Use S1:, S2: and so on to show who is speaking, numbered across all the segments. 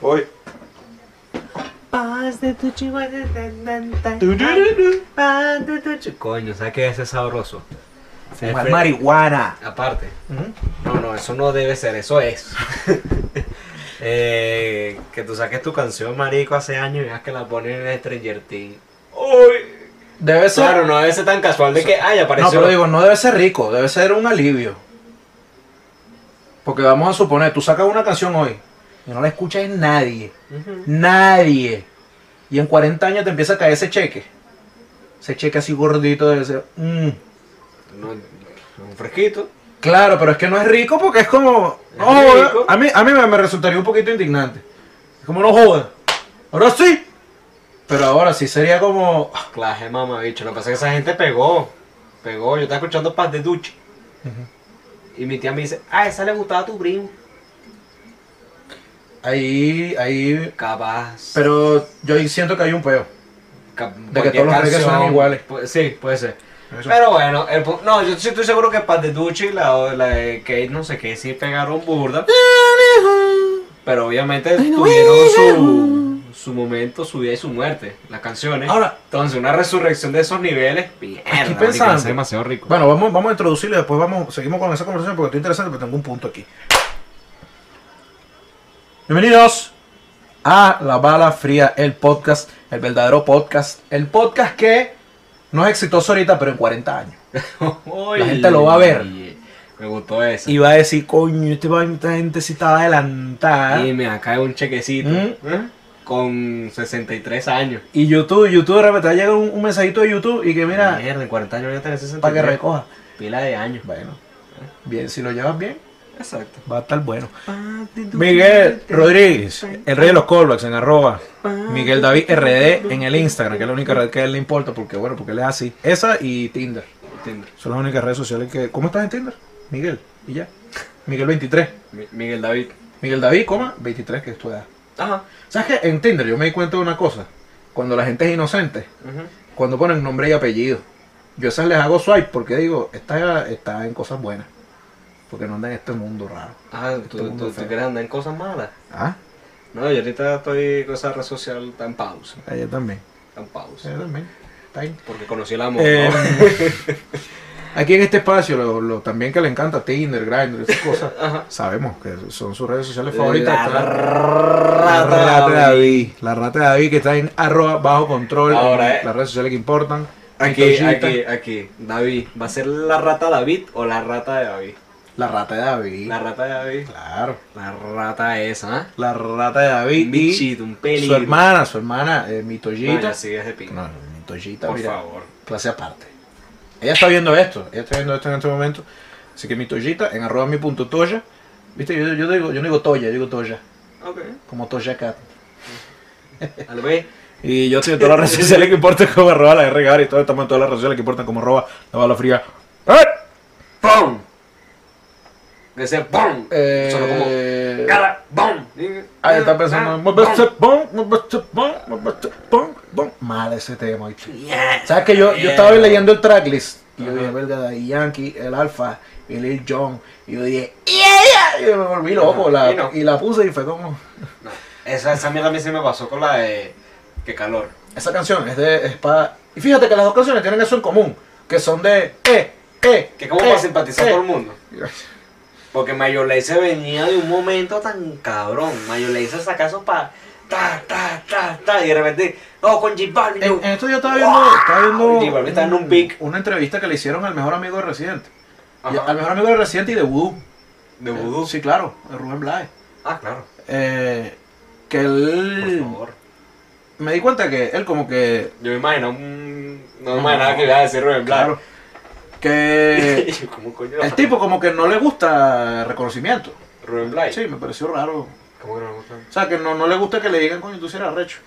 S1: Oi.
S2: Paz de tu chihuahua, tan, tan, tan.
S1: Turururu.
S2: Paz de tu chihuahua.
S3: Coño, ¿sabes qué? Ese es sabroso. El
S1: Fumar
S3: Fred-
S1: marihuana.
S3: Aparte.
S1: Ujú.
S3: No, no, eso no Pues debe ser, eso es. Eh, que tú saques tu canción, marico, hace años y veas que la ponen en Stranger Things.
S1: Uy. Debe ser.
S3: Claro, no debe ser tan casual de que, ay, apareció.
S1: no, pero digo, no debe ser rico, debe ser un alivio. Porque vamos a suponer, tú sacas una canción hoy y no la escuchas en nadie.
S3: Ujú.
S1: Nadie. Y en 40 años te empieza a caer ese cheque. Ese cheque así gordito debe ser. mm.
S3: No, un fresquito.
S1: Claro, pero es que no es rico porque es como.
S3: Es
S1: No joda.
S3: rico.
S1: A mí, a mí me, me resultaría un poquito indignante. Es como no joda. Ahora sí. Pero ahora sí sería como.
S3: Claje, mamá, bicho. Lo que pasa es que esa gente pegó. Pegó. Yo estaba escuchando Paz de Duche. Y mi tía me dice, ah, esa le gustaba a tu primo.
S1: Ahí. ahí.
S3: Capaz.
S1: Pero yo ahí siento que hay un peo.
S3: cap-
S1: que
S3: cualquier
S1: todos los reggae
S3: canción.
S1: suenan iguales.
S3: Pu- sí, puede ser.
S1: Eso.
S3: Pero bueno, el pu- no, yo sí estoy seguro que Paz de Duche y la, la de Kate, no sé qué, sí pegaron burda. Pero obviamente tuvieron su, su momento, su vida y su muerte, las canciones.
S1: Ahora-
S3: Entonces, una resurrección de esos niveles, mierda, marico,
S1: pensando.
S3: es demasiado rico.
S1: Bueno, vamos, vamos a introducirlo y después vamos, seguimos con esa conversación porque estoy interesante, pero tengo un punto aquí. Bienvenidos a La Bala Fría, el podcast, el verdadero podcast, el podcast que no es exitoso ahorita, pero en 40 años.
S3: Oye,
S1: gente lo va a ver.
S3: Me gustó eso.
S1: Y va a decir, coño, este va- esta gente sí estaba adelantada.
S3: Y me acá un chequecito
S1: ¿Mm?
S3: ¿eh? con 63 años.
S1: Y YouTube, YouTube, de repente va a llegar un, un mensajito de YouTube y que mira,
S3: Mierda, en 40 años voy a tener 63.
S1: para que recoja.
S3: Pila de años.
S1: Bueno, bien, si lo llevas bien,
S3: Exacto.
S1: va a estar bueno. Miguel Rodríguez, el rey de los callbacks en arroba. Miguel David RD en el Instagram, que es la única red que a él le importa, porque bueno, porque él es así. Esa y Tinder.
S3: Tinder.
S1: Son las únicas redes sociales que. ¿Cómo estás en Tinder? Miguel. Y ya. Miguel 23.
S3: Mi- Miguel David.
S1: Miguel David, coma, 23, que es tu edad.
S3: Ajá.
S1: ¿Sabes qué? En Tinder yo me di cuenta de una cosa. Cuando la gente es inocente, cuando ponen nombre y apellido. Yo esas les hago swipe porque digo, está, está en cosas buenas. Porque no anda en este mundo raro.
S3: Ah,
S1: Este
S3: tú, tú,
S1: mundo
S3: tú
S1: feo.
S3: quieres andar en cosas malas.
S1: Ah,
S3: No, yo ahorita estoy con esa red social está en pausa.
S1: ella también.
S3: Está en pausa.
S1: Ella también. Está ahí.
S3: Porque conocí el amor.
S1: Eh,
S3: ¿no?
S1: Aquí en este espacio, lo, lo- también que le encanta Tinder, Grindr, esas cosas,
S3: Ajá.
S1: sabemos que son sus redes sociales favoritas.
S3: La
S1: está
S3: rata
S1: de
S3: David.
S1: David. La rata de David que está en arroba bajo control.
S3: Ahora,
S1: en
S3: eh.
S1: Las redes sociales que importan.
S3: Aquí,
S1: Mitochita.
S3: aquí, aquí. David. ¿Va a ser la rata David o la rata de David?
S1: La rata de David.
S3: La rata de David.
S1: Claro.
S3: La rata esa, ¿ah?
S1: La rata de David.
S3: Un
S1: y
S3: bichito, un peligro.
S1: Su hermana, su hermana, eh, mi
S3: No,
S1: Toyita.
S3: ya sí, es de pinga.
S1: No, mi Toyita,
S3: Por
S1: mira,
S3: favor.
S1: clase aparte. Ella está viendo esto, ella está viendo esto en este momento. Así que mi Toyita, en arroba mi punto Toya. Viste, yo, yo digo, yo no digo Toya, yo digo Toya.
S3: Ok.
S1: Como Toya Cat.
S3: Al B.
S1: Y yo estoy en todas las redes sociales que importan como arroba la R Gary, todos estamos en todas las redes sociales que importan como arroba la bala fría. ¡Eh!
S3: ¡Pum! Que sea ¡Pum!
S1: Eh,
S3: Solo como. ¡Cara! ¡Pum!
S1: Ahí está pensando.
S3: Ah,
S1: "Me besé, pum, me besé, pum, me besé, pum, pum". Mal ese tema. ¿viste?
S3: Yeah.
S1: ¿Sabes que yo, yo estaba hoy leyendo el tracklist? Y yo
S3: Ajá.
S1: dije, verga, Daddy Yankee, el Alfa, y Lil Jon. Y yo dije, ¡Yeah! Y me volví loco.
S3: Ajá.
S1: La,
S3: Y no.
S1: y la puse y fue como.
S3: No, Esa, esa mierda a mí se me pasó con la de. ¡Qué calor!
S1: Esa canción es de. Es pa- Y fíjate que las dos canciones tienen eso en común: que son de. ¡Eh! ¡Eh!
S3: Que como
S1: eh,
S3: para simpatizar
S1: eh.
S3: todo el mundo. Porque Mayolay se venía de un momento tan cabrón. Mayolay se saca eso para. Ta, ta, ta, ta. Y de repente. ¡Oh, con J Balvin!
S1: En, en esto yo estaba viendo, estaba viendo
S3: J Balvin está en un pic.
S1: una entrevista que le hicieron al mejor amigo de Residente. Y
S3: Ajá.
S1: al mejor amigo de Residente y de Voodoo.
S3: De vudú.
S1: Sí, claro, de Rubén Blades.
S3: Ah, claro.
S1: Eh, que
S3: Por
S1: él...
S3: favor.
S1: Me di cuenta que él como que...
S3: Yo me imagino un. No
S1: No.
S3: me imaginaba que iba a decir Rubén Blanco.
S1: Claro. Que
S3: Yo, ¿Cómo coño?
S1: el tipo como que no le gusta reconocimiento.
S3: Rubén Blay.
S1: Sí, me pareció raro.
S3: ¿Cómo que no me gustan?
S1: O sea, que no, no le gusta que le digan, coño, tú sí eres recho.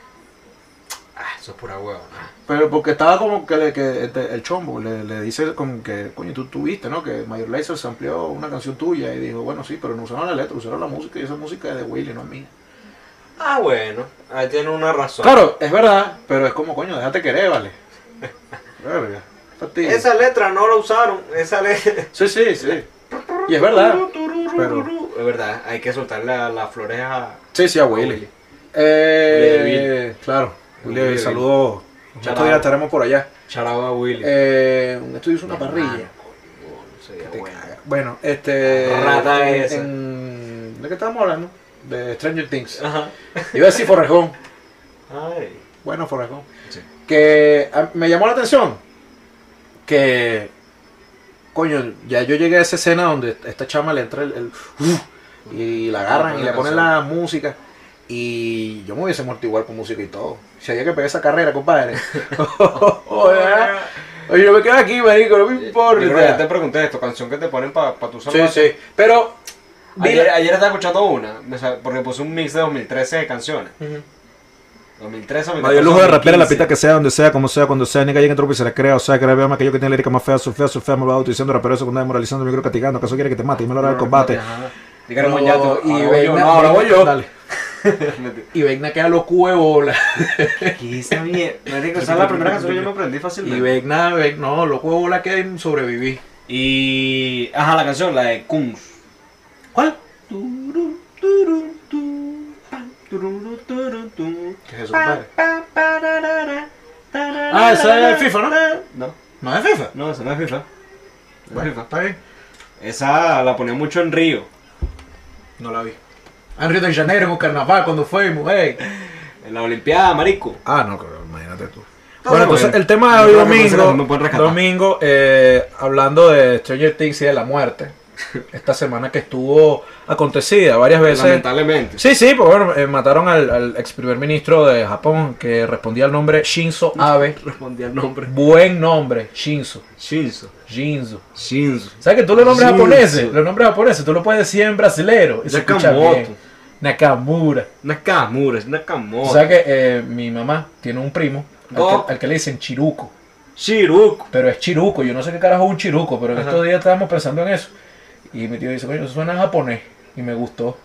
S3: Ah, eso es pura huevo.
S1: Pero porque estaba como que, le- que este, el chombo le, le dice como que, coño, tú tuviste, ¿no? Que Mayor Lazer se amplió una canción tuya y dijo, bueno, sí, pero no usaron la letra, usaron la música y esa música es de Willy, no es mía.
S3: Ah, bueno. Ahí tiene una razón.
S1: Claro, es verdad, pero es como, coño, déjate querer, vale. Verga. fastidio.
S3: Esa letra no la usaron. Esa letra.
S1: Sí, sí, sí. Y es verdad.
S3: Es verdad, hay que soltar la- las flores a.
S1: Sí, sí, a
S3: a
S1: Willy. Eh, claro,
S3: Willy
S1: Willy,
S3: Devil.
S1: saludos.
S3: Chao.
S1: Estos días estaremos por allá.
S3: Charaba Willy.
S1: Eh, esto hizo una parrilla.
S3: Sería
S1: Te
S3: bueno.
S1: caga. Bueno, este.
S3: Rata
S1: en-
S3: esa.
S1: en- ¿De qué estábamos hablando? De Stranger Things.
S3: Ajá.
S1: Iba a decir Forrejón.
S3: Ay.
S1: Bueno, Forrejón.
S3: Sí.
S1: Que ah, me llamó la atención que. Coño, ya yo llegué a esa escena donde esta chama le entra el. el- y
S3: Ah,
S1: la agarran y le ponen la música. Y yo me hubiese muerto igual con música y todo. Si había que pegar esa carrera, compadre. Oye, yo me quedo aquí, marico, no me
S3: Yo creo que ya te
S1: importa.
S3: pregunté esto, canción que te ponen para tu
S1: Sí,
S3: salvación.
S1: sí. Pero. vi
S3: Ayer,
S1: la-
S3: ayer estaba escuchando una, me sa- porque puse un mix de 2013 de canciones. 2013 o
S1: Mayor lujo de rapera, la pista que sea, donde sea, como sea, cuando sea, nigga llega en truco y se la crea, o sea, que la vea más que yo que tiene lírica más fea, surfea, surfea, malvado, utilizando rapero secundario, moralizando, micro castigando, acaso quiere que te mate, y me lo hará el combate.
S3: Digamos
S1: No,
S3: ya tú.
S1: y
S3: ahora voy yo,
S1: Vegna-
S3: no, ahora voy yo.
S1: Dale. Y Vegna queda loco de bola.
S3: ¿Qué es esa mierda? Marico, Esa es la primera canción que yo me aprendí
S1: Y
S3: fácilmente.
S1: Vegna, Veg- no, loco de bola queda en sobrevivir.
S3: Y. Ajá, la canción, la de Kungs.
S1: ¿Cuál?
S3: Turum, turum, tum, pam, tururu, turum, tum.
S1: ¿Qué es eso,
S2: Pa,
S1: padre?
S2: pa, pararara, tararara.
S1: Ah, esa es FIFA, ¿no?
S3: No,
S1: No es FIFA.
S3: no, esa no es FIFA. No es
S1: Bueno,
S3: FIFA.
S1: está bien.
S3: Esa la ponía mucho en Río.
S1: No la vi. En Río de Janeiro, en un carnaval, cuando fuimos, ey.
S3: En la Olimpiada, marico.
S1: Ah, no, pero imagínate tú.
S3: No,
S1: bueno,
S3: no,
S1: entonces
S3: bueno.
S1: el tema de hoy
S3: Yo creo que me
S1: domingo,
S3: pueden- me pueden rescatar.
S1: domingo eh, hablando de Stranger Things y de la muerte, esta semana que estuvo acontecida varias veces.
S3: Lamentablemente.
S1: Sí, sí, pues bueno, eh, mataron al, al ex primer ministro de Japón que respondía al nombre Shinzo
S3: Ah.
S1: Abe.
S3: Respondí al nombre.
S1: Buen nombre, Shinzo.
S3: Shinzo.
S1: Shinzo.
S3: Shinzo.
S1: ¿Sabes que tú los nombres
S3: Shinzo.
S1: japoneses? Los nombres japoneses, tú lo puedes decir en brasilero. Y se escucha
S3: Nakamoto.
S1: bien. Nakamura.
S3: Nakamura, es
S1: O
S3: Nakamoto.
S1: sea que eh, mi mamá tiene un primo al,
S3: Oh.
S1: que, al que le dicen Chiruco,
S3: Shiruko.
S1: pero es Chiruco, yo no sé qué carajo es un Chiruco, pero en
S3: Ajá.
S1: estos días estábamos pensando en eso. Y mi tío dice, coño, eso suena a japonés. Y me gustó.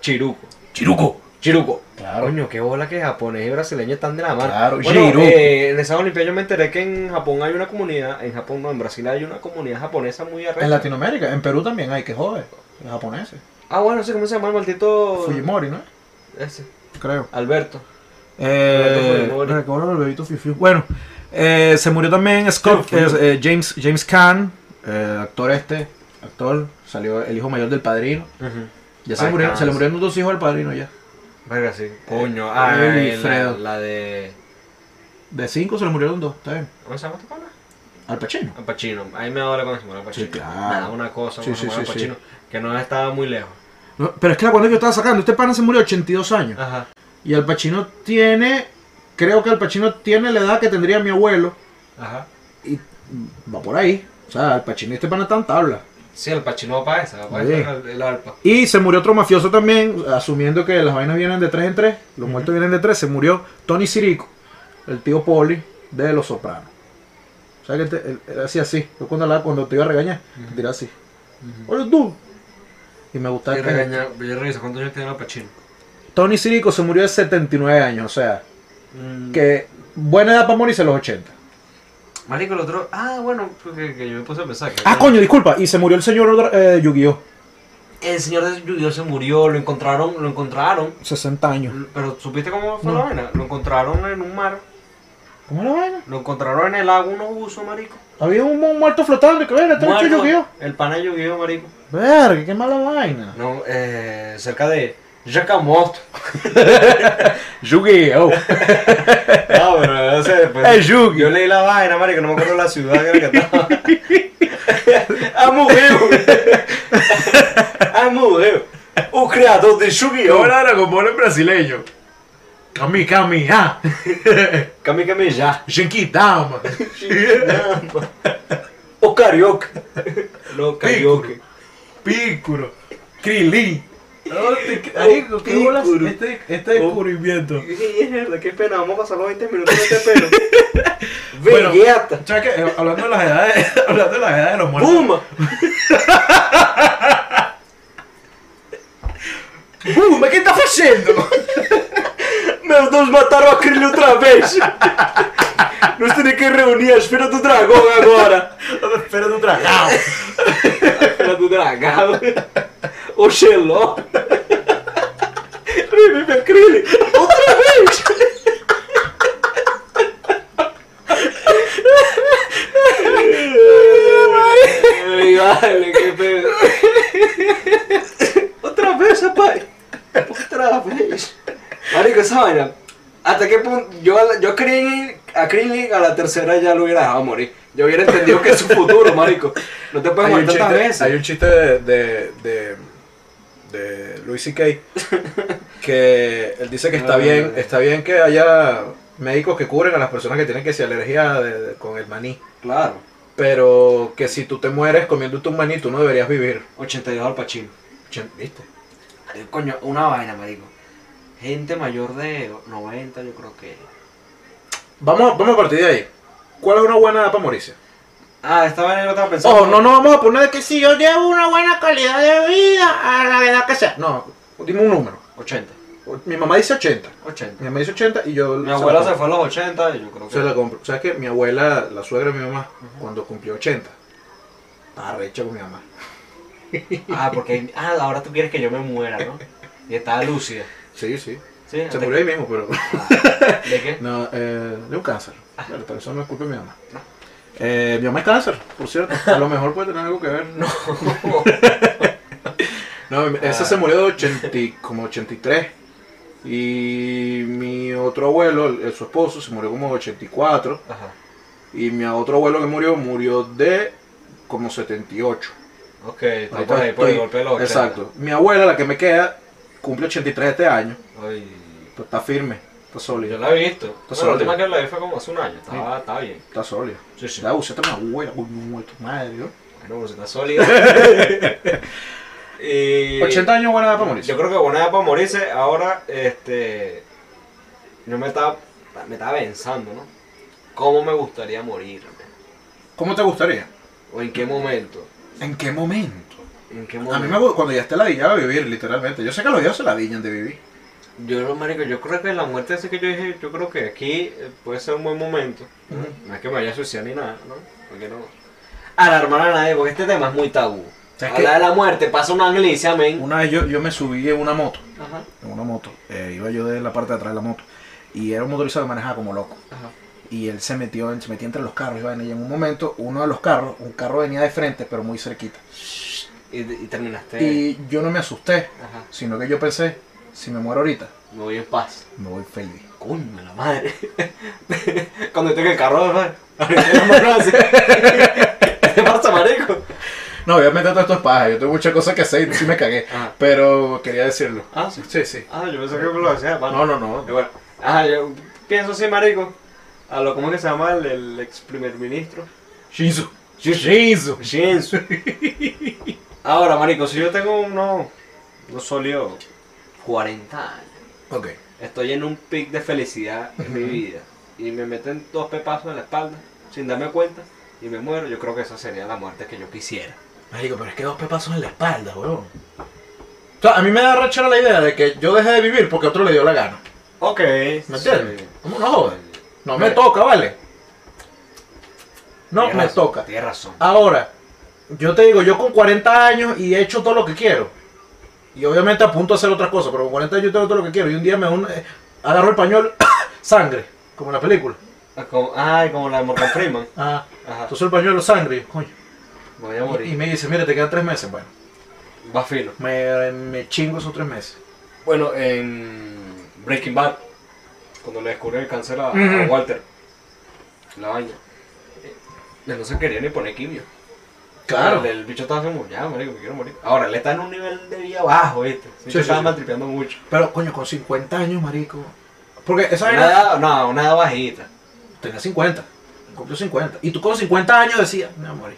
S3: Chiruko.
S1: Chiruco.
S3: Chiruko.
S1: Claro.
S3: Coño, qué bola que japonés y brasileño están de la mano.
S1: Claro,
S3: bueno,
S1: Chiruco.
S3: eh, en esa Olimpiada yo me enteré que en Japón hay una comunidad, en Japón no, en Brasil hay una comunidad japonesa muy arrecha.
S1: En Latinoamérica, en Perú también hay que joder. Los japoneses.
S3: Ah, bueno, sé cómo se llama el maldito.
S1: Fujimori, ¿no?
S3: Ese,
S1: Creo.
S3: Alberto.
S1: Eh,
S3: Fujimori.
S1: recuerdo el bebito Fiu-Fiu. Bueno, eh, se murió también Scott,
S3: Fiu-Fiu.
S1: eh, eh, James, James Caan, eh, actor este, actor, salió el hijo mayor del padrino. Ya se,
S3: Ay,
S1: murió,
S3: cáncer.
S1: se le murieron dos hijos al padrino ya.
S3: Verga, sí.
S1: Eh,
S3: Coño, ah,
S1: Willy
S3: la,
S1: Fredo.
S3: la de.
S1: De cinco se le murieron dos, está bien.
S3: ¿Cómo se llama esta pana?
S1: Al Pacino.
S3: Al Pacino. Ahí me ahora cuando se muere Al Pacino.
S1: Sí, claro.
S3: Me da una cosa,
S1: Sí,
S3: cuando
S1: sí,
S3: se muere
S1: sí,
S3: Al
S1: sí.
S3: Pacino, que no estaba muy lejos.
S1: No, pero es que la cuando yo estaba sacando, este pana se murió a 82 años.
S3: Ajá.
S1: Y Al Pacino tiene, creo que Al Pacino tiene la edad que tendría mi abuelo.
S3: Ajá.
S1: Y va por ahí. O sea, Al Pacino y este pana están tabla.
S3: Sí, el Pacino va para esa, va para
S1: Sí.
S3: esa, el, el arpa.
S1: Y se murió otro mafioso también, asumiendo que las vainas vienen de tres en tres, los muertos vienen de tres, se murió Tony Sirico, el tío Poli de Los Sopranos. O sea que te- él- él hacía así, yo cuando, hablaba- cuando te iba a regañar, te tiraba así. ¡Oye tú! Y me gustaba
S3: Y
S1: que-
S3: regaña, yo reviso cuántos años tiene el Pacino.
S1: Tony Sirico se murió de 79 años, o sea, que buena edad para morirse a los 80.
S3: Marico, el otro. Ah, bueno, porque que yo me puse a pensar. Que
S1: Ah, coño, disculpa, y se murió el señor eh, Yu-Gi-Oh!
S3: El señor de Yu-Gi-Oh se murió, lo encontraron, lo encontraron.
S1: 60 años.
S3: Pero supiste cómo fue
S1: No.
S3: la vaina? Lo encontraron en un mar,
S1: ¿Cómo la vaina?
S3: lo encontraron en el agua unos buzos, marico.
S1: Había un, un muerto flotando, que era, este bicho
S3: Muerto,
S1: Yu-Gi-Oh!
S3: El pana de Yu-Gi-Oh, marico.
S1: Verga, qué mala vaina.
S3: No, eh, cerca de Yakamoto.
S1: Yu-Gi-Oh!
S3: No, pero no sé, pues,
S1: Es Yugi.
S3: Yo leí la vaina, marico, no me acuerdo la ciudad que era que estaba.
S1: Ah,
S3: I'm a I'm Un creador de Yu-Gi-Oh!
S1: Dragon Ball en brasileño. Kami Kami Ha.
S3: Cami Cami ya.
S1: Genkidama.
S3: O carioca. No, carioca.
S1: Piccolo. Krilin.
S3: Piccolo.
S1: Este, este descubrimiento.
S3: Mierda, qué pena, vamos a pasar los 20 minutos en este pelo.
S1: Bueno.
S3: Vegeta.
S1: ¿Sabes qué? Eh, Hablando de las edades, hablando de las edades de los muertos.
S3: Puma.
S1: ¡Bum! ¿Qué está haciendo?
S3: Meus dois mataram a Krillin outra vez. Nós temos que reunir a esfera do dragão agora.
S1: Espera tu tragado.
S3: A esfera do dragão. O Xeló. Vem, vem, vem, Krillin. O esa vaina. ¿Hasta qué punto? Yo, yo creí a Krillin a la tercera ya lo hubiera dejado morir. Yo hubiera entendido que es su futuro, marico. No te puedes
S1: Hay
S3: morir
S1: un
S3: tantas
S1: chiste,
S3: veces.
S1: hay un chiste de, de, de, de Louis C.K. que él dice que está
S3: Ah.
S1: bien, está bien que haya médicos que curen a las personas que tienen que ser alergia de- de- con el maní.
S3: Claro.
S1: Pero que si tú te mueres comiendo tu maní, tú no deberías vivir.
S3: 82 al Pacino.
S1: Ch- ¿Viste?
S3: Coño, una vaina, marico. Gente mayor de 90, yo creo que.
S1: Vamos, vamos a partir de ahí. ¿Cuál es una buena edad para morirse?
S3: Ah, esta vaina yo estaba pensando.
S1: Ojo, no nos vamos a poner que si yo llevo una buena calidad de vida a la edad que sea. No, dime un número.
S3: 80.
S1: Mi mamá dice 80.
S3: 80.
S1: Mi mamá dice 80 y yo...
S3: Mi abuela se
S1: la-
S3: fue a los 80 y yo creo que.
S1: Se la compro. ¿Sabes qué? Mi abuela, la suegra de mi mamá, cuando cumplió 80, arrecha con mi mamá.
S3: Ah, porque. Ah, ahora tú quieres que yo me muera, ¿no? Y estaba lúcida.
S1: Sí, sí.
S3: ¿Sí?
S1: Se
S3: hasta-
S1: murió ahí mismo, pero...
S3: Ah, ¿De qué?
S1: No, eh, de un cáncer. Claro, pero eso no es culpa de mi mamá. Eh, mi mamá es cáncer, por cierto. A lo mejor puede tener algo que ver. No, mi- esa
S3: Ah.
S1: se murió de 80, y- como 83. Y mi otro abuelo, el- el- su esposo, se murió como de 84.
S3: Ajá.
S1: Y mi otro abuelo que murió, murió de como 78.
S3: Ok, está por ahí, por el
S1: Pues, Estoy-
S3: golpe de los 80.
S1: Exacto. Mi abuela, la que me queda, cumple 83 este año.
S3: Ay,
S1: Pero está firme, está
S3: yo
S1: sólida.
S3: la he visto. Bueno,
S1: solo
S3: la última que la vi fue como hace un año. Estaba, estaba bien.
S1: Está sólida.
S3: Sí, sí.
S1: La usé una abuela, uy, no, tu madre, ¿no?
S3: Bueno, pues está sólida. y...
S1: 80 años buena edad para morir.
S3: Yo creo que buena edad para morirse. Ahora, este. Yo me estaba. Me estaba pensando, ¿no? ¿Cómo me gustaría morirme?
S1: ¿Cómo te gustaría?
S3: ¿O en qué momento?
S1: ¿En qué momento?
S3: ¿En qué
S1: A
S3: momento?
S1: mí me gusta cuando ya esté ladillado de vivir, literalmente. Yo sé que los dioses se ladillan de vivir.
S3: Yo, lo marico, yo creo que la muerte esa que yo dije, yo creo que aquí eh, puede ser un buen momento. No, No es que me vaya a suicidar ni nada, ¿no? Porque no. Alarmar a nadie, porque este tema es muy tabú.
S1: ¿Sabes
S3: Habla de la muerte, pasa una anglicia, amén.
S1: Una vez yo, yo me subí en una moto,
S3: Ajá,
S1: en una moto, eh, iba yo de la parte de atrás de la moto, y era un motorizado que manejaba como loco.
S3: ajá.
S1: y él se metió, en- se metía entre los carros y vaina, y en un momento uno de los carros, un carro venía de frente pero muy cerquita
S3: Y, y terminaste.
S1: y yo no me asusté,
S3: Ajá.
S1: sino que yo pensé, si me muero ahorita,
S3: Me voy en paz.
S1: me voy feliz.
S3: Coño, la madre. Cuando estoy en el carro, ¿verdad? Ahorita me muero así. ¿Qué pasa, marico?
S1: No, obviamente todo esto es paja, yo tengo muchas cosas que hacer y sí me cagué,
S3: Ajá.
S1: pero quería decirlo.
S3: Ah, sí.
S1: Sí, sí.
S3: Ah, yo pensé que me lo hacía, hermano.
S1: No, no, no.
S3: Y bueno, ajá, yo pienso así, marico. A lo, ¿cómo es que se llama el, el ex primer ministro?
S1: Shinzo.
S3: Shinzo. Ahora, marico, si yo tengo unos, unos sólidos 40 años,
S1: Ok.
S3: estoy en un pic de felicidad en mi vida y me meten dos pepazos en la espalda sin darme cuenta y me muero, yo creo que esa sería la muerte que yo quisiera.
S1: Marico, pero es que dos pepazos en la espalda, weón. O sea, a mí me da rachera la idea de que yo dejé de vivir porque otro le dio la gana.
S3: Ok.
S1: ¿Me entiendes? ¿Cómo no jodas? No me toca, ¿vale? No me toca.
S3: Tienes razón.
S1: Ahora, yo te digo, yo con 40 años y he hecho todo lo que quiero. Y obviamente apunto a hacer otras cosas, pero con 40 años yo tengo todo lo que quiero. Y un día me un- eh, agarro el pañol, sangre, como en la película.
S3: Ah, como- Ay, como la de Morgan Freeman.
S1: Ah,
S3: Ajá.
S1: entonces el pañuelo sangre, y yo, coño.
S3: Me voy a
S1: Y, y
S3: morir.
S1: me dice, mira, te quedan tres meses. Bueno,
S3: Va fino.
S1: me, me chingo esos tres meses.
S3: Bueno, en Breaking Bad, cuando le descubrió el cáncer a, a
S1: Ujú.
S3: Walter, la vaina, eh, él no se quería ni poner quimio. El, el bicho estaba como, ya, marico, me quiero morir. Ahora, él está en un nivel de vida bajo, ¿viste? Sí,
S1: sí,
S3: estaba
S1: sí.
S3: maltripeando mucho.
S1: Pero, coño, con 50 años, marico. Porque esa
S3: Una
S1: era...
S3: edad, no, una edad bajita.
S1: Tenía 50. Cumplió 50. Y tú con 50 años decías, me voy a morir.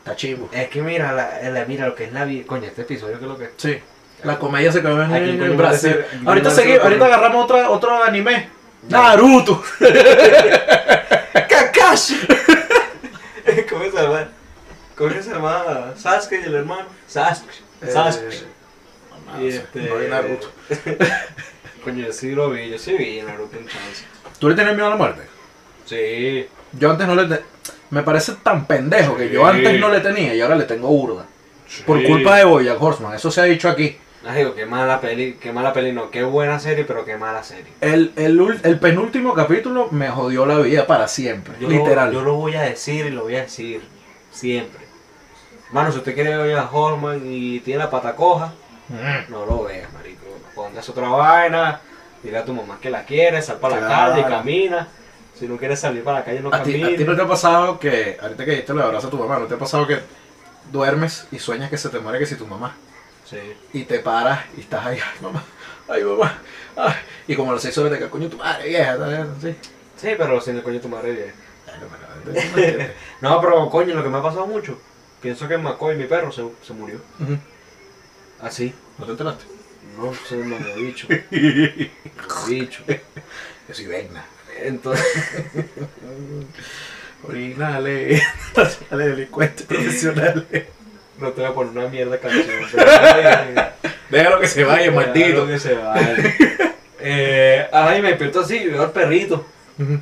S1: Está chimbo.
S3: Es que mira, la, eh, la- mira lo que es la vida. Coño, este episodio que es lo que es.
S1: Sí. La comedia se quedó en,
S3: Aquí
S1: en
S3: coño
S1: Brasil.
S3: va a ser-
S1: ahorita
S3: va a ser
S1: seguimos-
S3: la
S1: ahorita
S3: comedia.
S1: agarramos otra, otro anime. Naruto.
S3: ¡Kakashi! ¿Cómo se llama? ¿Cómo se llama? Sasuke y el hermano. Sasuke. Sasuke.
S1: Eh,
S3: Y este-
S1: No vi Naruto.
S3: Coño, yo sí lo vi, yo sí vi Naruto en chance.
S1: ¿Tú le tenías miedo a la muerte?
S3: Sí.
S1: Yo antes no le te- Me parece tan pendejo que yo
S3: Sí.
S1: antes no le tenía y ahora le tengo burda. Por culpa de Bojack Horseman, eso se ha dicho aquí.
S3: Ah, digo, qué mala peli, qué mala peli, no, qué buena serie, pero qué mala serie.
S1: El, el, ul- el penúltimo capítulo me jodió la vida para siempre,
S3: Yo
S1: literal.
S3: Lo, yo lo voy a decir y lo voy a decir siempre. Mano, si usted quiere ver a Horman y tiene la pata coja,
S1: Mm.
S3: no lo veas, marico. Póngase otra vaina, Dile a tu mamá que la quiere, sal para
S1: Claro.
S3: la calle, camina. Si no quieres salir para la calle, no
S1: ¿A ti, a ti no
S3: camines.
S1: te ha pasado que, ahorita que dijiste lo de abrazo a tu mamá, no te ha pasado que duermes y sueñas que se te muere que si tu mamá?
S3: Sí.
S1: Y te paras y estás ahí, ay mamá, ay mamá, ay. Y como a las seis horas te caes, coño tu madre vieja, ¿sabes? Sí.
S3: Sí, pero sin el coño de tu madre bien.
S1: Ay, no, pero, no entiendes.
S3: No, pero coño, lo que me ha pasado mucho. Pienso que Macoy, mi perro, se, se murió.
S1: Ujú. ¿Ah,
S3: Así.
S1: ¿No te enteraste?
S3: No sé, me lo he dicho. Me lo he dicho.
S1: Yo soy vegna.
S3: Entonces,
S1: Originales, sale delincuentes profesionales.
S3: no te voy a poner una mierda de canción. pero-
S1: Déjalo que se vaya,
S3: Claro
S1: maldito.
S3: que se vaya. Eh, ajá, y me despierto así y veo al perrito.
S1: Ujú.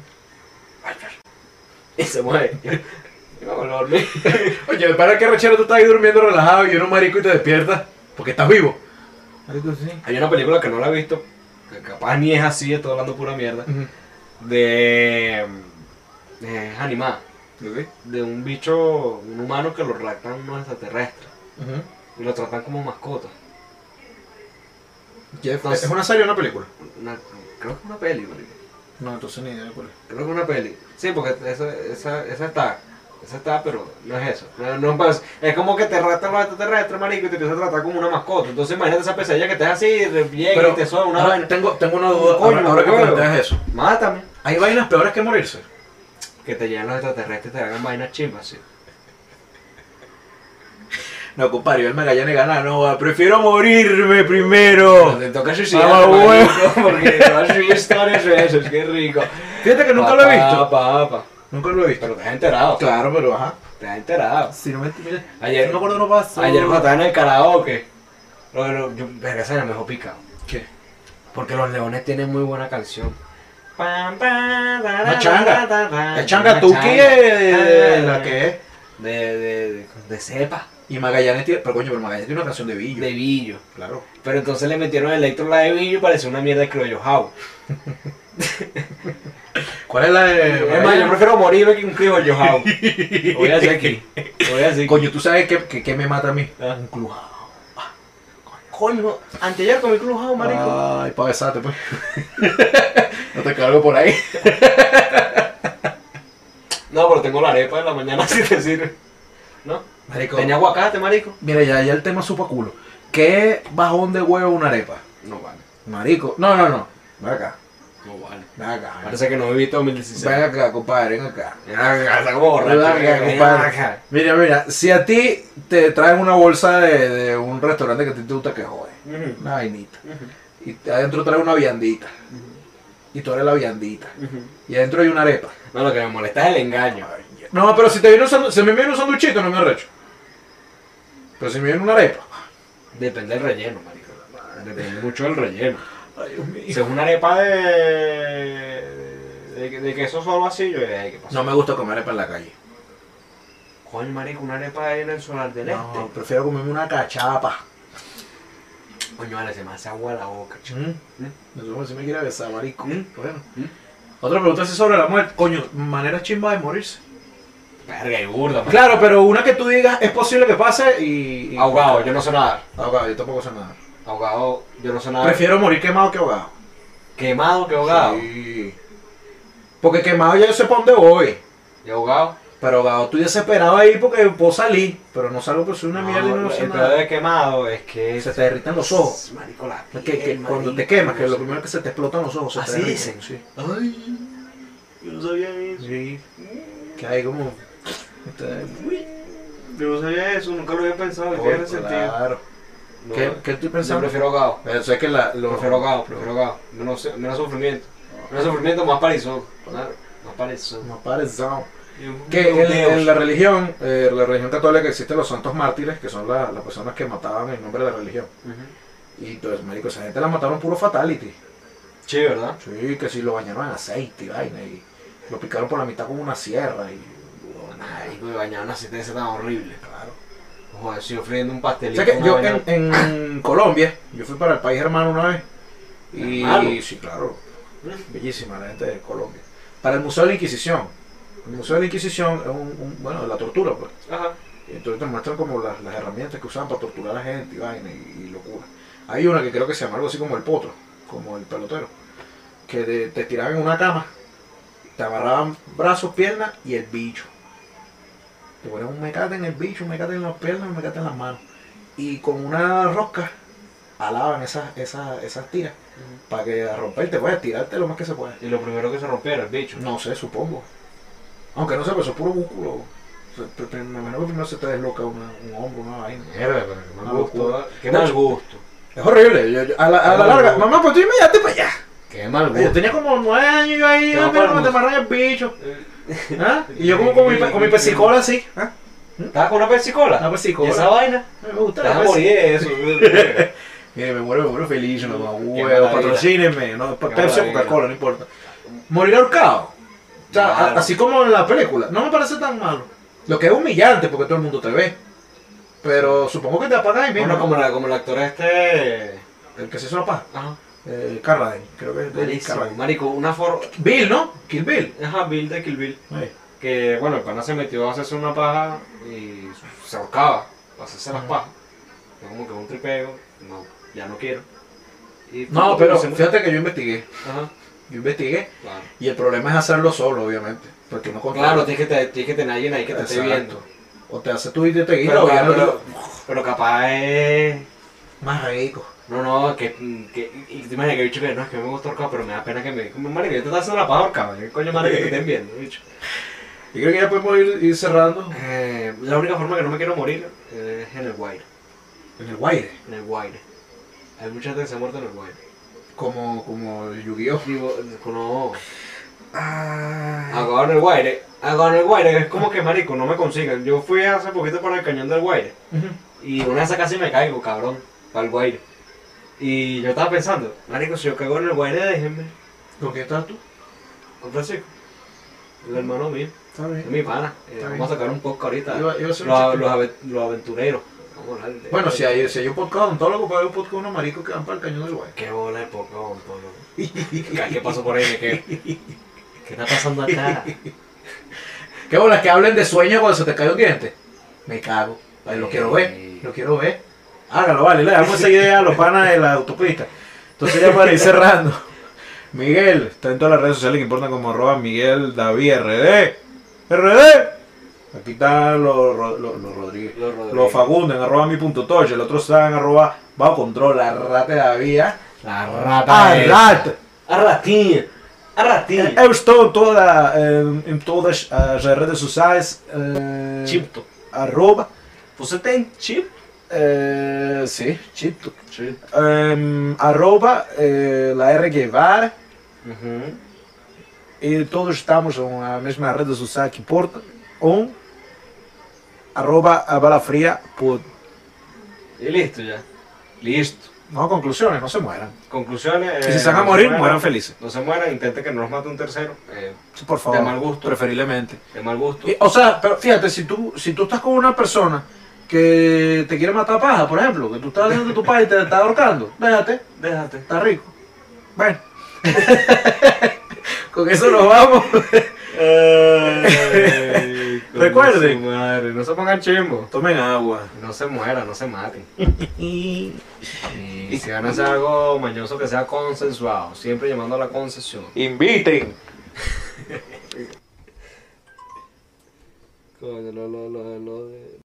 S3: Ay, perro. Y se mueve. Y me vuelvo a dormir.
S1: Oye, para que rechero tú estás ahí durmiendo relajado y uno marico y te despiertas porque estás vivo. Marico, sí.
S3: Hay una película que no la he visto, que capaz ni es así, estoy hablando pura mierda. De. eh, Es animada. De un bicho, un humano que lo raptan unos extraterrestres. Y lo tratan como mascota.
S1: Jeff,
S3: No sé.
S1: ¿Es una serie o una película?
S3: Una- creo que es una peli, marico.
S1: No, entonces ni idea cuál es.
S3: Creo que es una peli. Sí, porque esa, esa, esa está. Esa está, pero no es eso. No, no pasa. Es como que te ratan los extraterrestres, marico, y te empiezan a tratar como una mascota. Entonces imagínate esa pesadilla que te es así, re- llega y te suena una
S1: ahora,
S3: vaina.
S1: Ah, tengo, tengo una duda
S3: Coño,
S1: ahora, ahora que
S3: huevo.
S1: planteas eso.
S3: Mátame.
S1: ¿Hay vainas peores que morirse?
S3: Que te lleguen los extraterrestres y te hagan vainas chimbas, sí.
S1: No, compadre, yo el Magallanes gana, no, va, prefiero morirme primero.
S3: Te toca suicidar,
S1: Mamá
S3: marico,
S1: huevo.
S3: porque te vas a subir historias de eso, es que rico.
S1: Fíjate que nunca lo he visto.
S3: Papá, papá.
S1: Nunca lo he visto.
S3: Pero te has enterado,
S1: Claro, pero ajá.
S3: te has enterado.
S1: Si no me mira,
S3: Ayer-
S1: no me acuerdo no pasó.
S3: Ayer cuando estaba en el karaoke, lo- lo- yo, verga, esa era mejor picado.
S1: ¿Qué?
S3: Porque los leones tienen muy buena canción.
S1: La
S4: La
S1: changa. La changa Ah. tuki
S3: Ah,
S1: es la que es.
S3: De, de, de, de cepa,
S1: Y Magallanes tiene, pero coño, pero Magallanes tiene una canción de Billo.
S3: de billo.
S1: Claro.
S3: Pero entonces le metieron electro la de billo y pareció una mierda de criollo house.
S1: ¿Cuál es la de
S3: Es más, yo prefiero morirme que un criollo house. Lo Voy a hacer aquí. lo Voy a hacer aquí.
S1: Coño, tú sabes que, que, que me mata a mí.
S3: Ah.
S1: Un Ah, clujado.
S3: Coño, anteayer comí club house, marico.
S1: Ay, pa' besarte, pues. no te cargo por ahí.
S3: No, pero tengo la arepa en la mañana, si te sirve. ¿No?
S1: Marico.
S3: Tenía aguacate, marico.
S1: Mira, ya, ya el tema supo a culo. ¿Qué bajón de huevo una arepa?
S3: No vale,
S1: Marico. No, no, no. Ven acá.
S3: no vale.
S1: Ven acá.
S3: Parece que no viviste
S1: Ven
S3: 2016.
S1: acá, compadre, ven acá.
S3: Ya, Está como borracho.
S1: Ven acá,
S3: Oh, Ven
S1: compadre.
S3: acá.
S1: Mira, mira, si a ti te traen una bolsa de, de un restaurante que a ti te gusta que jode,
S3: Ujú,
S1: una vainita,
S3: ujú,
S1: y adentro trae una viandita, y tú eres la viandita,
S3: ujú.
S1: y adentro hay una arepa.
S3: No, lo que me molesta es el engaño.
S1: No, pero si te viene un sandu- si me viene un sanduchito, no me arrecho. Pero si me viene una arepa.
S3: Depende del relleno, marico. Depende mucho del relleno.
S1: Ay, Dios mío.
S3: Si es una arepa de. de, de queso solo así, yo ay, ¿qué pasa?
S1: No me gusta comer arepa en la calle.
S3: Coño, marico, una arepa en el solar del
S1: No, prefiero comerme una cachapa.
S3: este. Coño, vale, se me hace agua la boca, chico.
S1: No sé cómo si me quiere besar, marico.
S3: Mm.
S1: Bueno.
S3: Mm.
S1: Otra pregunta es sobre la muerte. Coño, manera chimba de morirse.
S3: Verga y burda, marico.
S1: Claro, pero una que tú digas es posible que pase y. y-
S3: Ahogado, yo no sé nadar.
S1: Ahogado, yo tampoco sé nada.
S3: Ahogado, yo no sé nadar.
S1: Prefiero morir quemado que ahogado.
S3: Quemado que ahogado.
S1: Sí. Porque quemado ya yo sé para dónde voy.
S3: Y ahogado.
S1: Pero ahogado estoy desesperado ahí porque puedo salir. Pero no salgo porque soy una
S3: No,
S1: mierda y no sé
S3: el pedo
S1: nada.
S3: de quemado es que
S1: Se te derritan los ojos.
S3: Marico, la
S1: Que,
S3: piel,
S1: que cuando te
S3: marico,
S1: quemas, que
S3: no
S1: lo
S3: sé.
S1: primero que se te explotan los ojos. se te
S3: Así
S1: derriten,
S3: dicen.
S1: Sí.
S3: Ay, yo no sabía eso.
S1: Sí. Que hay como. Este,
S3: Yo no sabía eso, nunca lo había pensado.
S1: claro. ¿Qué, ¿Qué estoy
S3: Yo
S1: pensando?
S3: prefiero ahogado.
S1: Eh, sé que la, lo-
S3: Prefiero ahogado, prefiero ahogado. Menos, menos sufrimiento. Menos sufrimiento, más parizón. Más más parizón.
S1: No parece.
S3: Y un-
S1: Que
S3: un
S1: en,
S3: dedo.
S1: en la religión, eh, la religión católica existen los santos mártires, que son la- las personas que mataban en nombre de la religión.
S3: Ujú.
S1: Y entonces, marico, esa gente la mataron puro fatality.
S3: Sí, ¿verdad?
S1: Sí, que sí, lo bañaron en aceite y vaina, y lo picaron por la mitad con una sierra y...
S3: Ay, me bañaron así, te tan horrible.
S1: Claro.
S3: Joder, estoy ofreciendo un
S1: O
S3: pastelito.
S1: sea que
S3: una
S1: yo
S3: vaina-
S1: en, en Colombia, yo fui para el país hermano una vez. Y
S3: Hermano.
S1: sí, claro. Bellísima la gente de Colombia. Para el Museo de la Inquisición. El Museo de la Inquisición es un, un- bueno, de la tortura, pues.
S3: Ajá.
S1: Y entonces te muestran como las, las herramientas que usaban para torturar a la gente y vaina y, y locura. Hay una que creo que se llama algo así como el potro, como el pelotero. que de- te tiraban en una cama, te amarraban brazos, piernas y el bicho. Te ponían un mecate en el bicho, un mecate en las piernas, un mecate en las manos. Y con una rosca alaban esas, esas, esas tiras para que a romperte puedas tirarte lo más que se pueda.
S3: Y lo primero que se rompió era el bicho.
S1: No sé, supongo. Aunque no sé, pero eso es puro músculo. Se- pr- pr- Me imagino que primero se te desloca una- un hombro, una vaina.
S3: Mierda, pero qué mal
S1: Una
S3: gusto.
S1: locura.
S3: ah. Qué mal gusto.
S1: Es horrible. yo- yo- a la, a la
S3: Ah,
S1: larga,
S3: no.
S1: mamá, pues tú me llevaste para allá.
S3: Qué mal
S1: Yo
S3: gusto.
S1: tenía como nueve años yo ahí,
S3: Te va
S1: ah,
S3: para
S1: mira, me
S3: el
S1: te
S3: museo.
S1: amarran el bicho.
S3: Eh,
S1: ¿Ah? Y yo como con mi, pe- con mi pesicola así. ¿Ah?
S3: ¿Estabas con una pepsicola?
S1: Una
S3: ¿Y
S1: pesicola.
S3: esa vaina?
S1: Me gusta
S3: Te vas
S1: la
S3: a
S1: pepsi.
S3: morir de eso.
S1: Mire, me muero, me muero feliz, no no,
S3: Qué
S1: huevo,
S3: maravilla.
S1: patrocínenme, no,
S3: Qué
S1: Pepsi o
S3: maravilla.
S1: Coca-Cola, no importa. Morir ahorcado. O sea, a-
S3: Malo.
S1: así como en la película, no me parece tan malo. Lo que es humillante porque todo el mundo te ve. Pero supongo que te apagas y mismo.
S3: Bueno, como, la, como el actor este...
S1: El que se hizo la paja,
S3: Ajá.
S1: eh, Carradine, creo que es de
S3: Malísimo,
S1: Carradine.
S3: marico, una forma...
S1: Bill, ¿no? Kill Bill.
S3: Ajá, Bill de Kill Bill.
S1: Ahí.
S3: Que, bueno, el pana se metió a hacerse una paja y se ahorcaba para hacerse las
S1: Ajá.
S3: pajas. Fue como que un tripeo, no, ya no quiero. Y-
S1: No, pero
S3: y se-
S1: fíjate que yo investigué.
S3: Ajá,
S1: Yo investigué
S3: claro.
S1: y el problema es hacerlo solo, obviamente. Porque no controla.
S3: Claro, tienes que, te- tienes que tener a alguien ahí que te esté
S1: Exacto.
S3: viendo.
S1: O te hace tu y te guía,
S3: Pero,
S1: o ya no te-
S3: pero- pero capaz es...
S1: Más rico.
S3: No, no, que, que y te imaginas que el bicho que no, es que me gusta ahorcado, pero me da pena que me... Como, marico, yo te estás haciendo la paja ahorcada, ¿qué coño madre que te estén viendo, bicho?
S1: Yo creo que ya podemos ir, ir cerrando
S3: Eh, la única forma que no me quiero morir eh, es en el guaire.
S1: en el guaire.
S3: En el guaire. Hay mucha gente que se ha muerto en el guaire.
S1: Como, como el Yu-Gi-Oh!
S3: Digo, no.
S1: Ah,
S3: Acabado en el guaire. Acabado en el guaire. Es como que, marico, no me consigan. Yo fui hace poquito para el cañón del guaire. Y una de esas casi me caigo, cabrón. Para el guaire. Y yo estaba pensando, marico, si yo caigo en el guaire, déjenme.
S1: ¿Con quién estás tú?
S3: Don Francisco. El hermano mío.
S1: Está
S3: Es mi pana. Eh,
S1: Está bien.
S3: vamos a sacar un podcast ahorita.
S1: Iba- iba a
S3: Los,
S1: ser un chiste.
S3: los ave- los aventureros. Vamos a hablar de-
S1: Bueno, si hay, si hay un podcast de odontólogo, puede haber un podcast de unos maricos que van para el cañón del guay.
S3: Qué bola de pocón, polo. ¿Qué pasó por ahí? Me quedo. ¿Qué está pasando acá?
S1: Qué bolas que hablen de sueño cuando se te cae un diente. Me cago. Ay, Lo quiero
S3: Sí.
S1: ver. Lo quiero ver. Hágalo, vale. Le damos esa idea a los panas de la autopista. Entonces ya para ir cerrando. Miguel, está en todas las redes sociales que importan como arroba Miguel David RD. RD. Aquí están los, Ro- los- los Rodríguez.
S3: Los Rodríguez.
S1: Los Fagundo en arroba mi punto tocho. El otro está en arroba bajo control. La rata de David.
S3: La
S1: Ah,
S3: esa.
S1: rata. É,
S3: A ratinha. A ratinha.
S1: Eu estou em, toda, em, em todas as redes sociais. eh,
S3: Chipto.
S1: Arroba.
S3: Você tem chip?
S1: eh, sí, chipto.
S3: Chip.
S1: Em, arroba eh, La R Guevara.
S3: Uhum.
S1: E todos estamos na mesma rede social que importa. Um. Arroba a Bala Fria. Pod.
S3: E listo já. Listo. eh,
S1: No, conclusiones, no se mueran.
S3: Conclusões.
S1: Y si se van a morir, mueran felices.
S3: Não se mueran, intenta que no nos mate un tercero. Eh,
S1: Por favor.
S3: De mal gusto.
S1: Oh, Preferiblemente.
S3: de mal gusto.
S1: Y, Eh, O sea, pero fíjate, si tú, si tú estás con una persona que te quiere matar paja, por ejemplo, que tú estás haciendo tu paja y te está ahorcando, déjate,
S3: Déjate.
S1: está rico. Bueno. con eso nos vamos. Recuerden.
S3: Recuerden. Madre, no se pongan chimbo.
S1: Eh, Tomen agua.
S3: No se mueran, no se maten. Y si van a hacer algo mañoso que sea consensuado, siempre llamando a la concesión.
S2: Inviten.
S3: Coño, lo, lo, lo, lo de-